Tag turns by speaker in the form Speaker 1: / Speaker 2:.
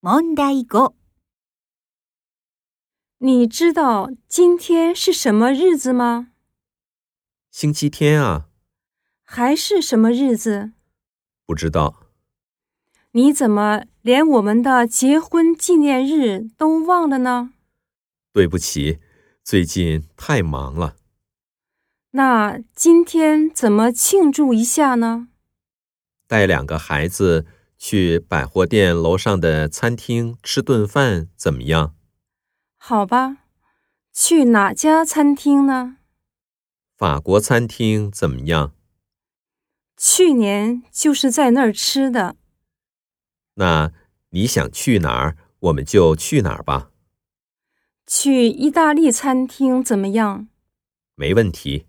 Speaker 1: 問題5
Speaker 2: 你知道今天是什么日子吗？
Speaker 3: 星期天啊，
Speaker 2: 还是什么日子？
Speaker 3: 不知道，
Speaker 2: 你怎么连我们的结婚纪念日都忘了呢？
Speaker 3: 对不起，最近太忙了。
Speaker 2: 那今天怎么庆祝一下呢？
Speaker 3: 带两个孩子去百货店楼上的餐厅吃顿饭怎么样？
Speaker 2: 好吧，去哪家餐厅呢？
Speaker 3: 法国餐厅怎么样？
Speaker 2: 去年就是在那儿吃的。
Speaker 3: 那你想去哪儿，我们就去哪儿吧，
Speaker 2: 去意大利餐厅怎么样？
Speaker 3: 没问题。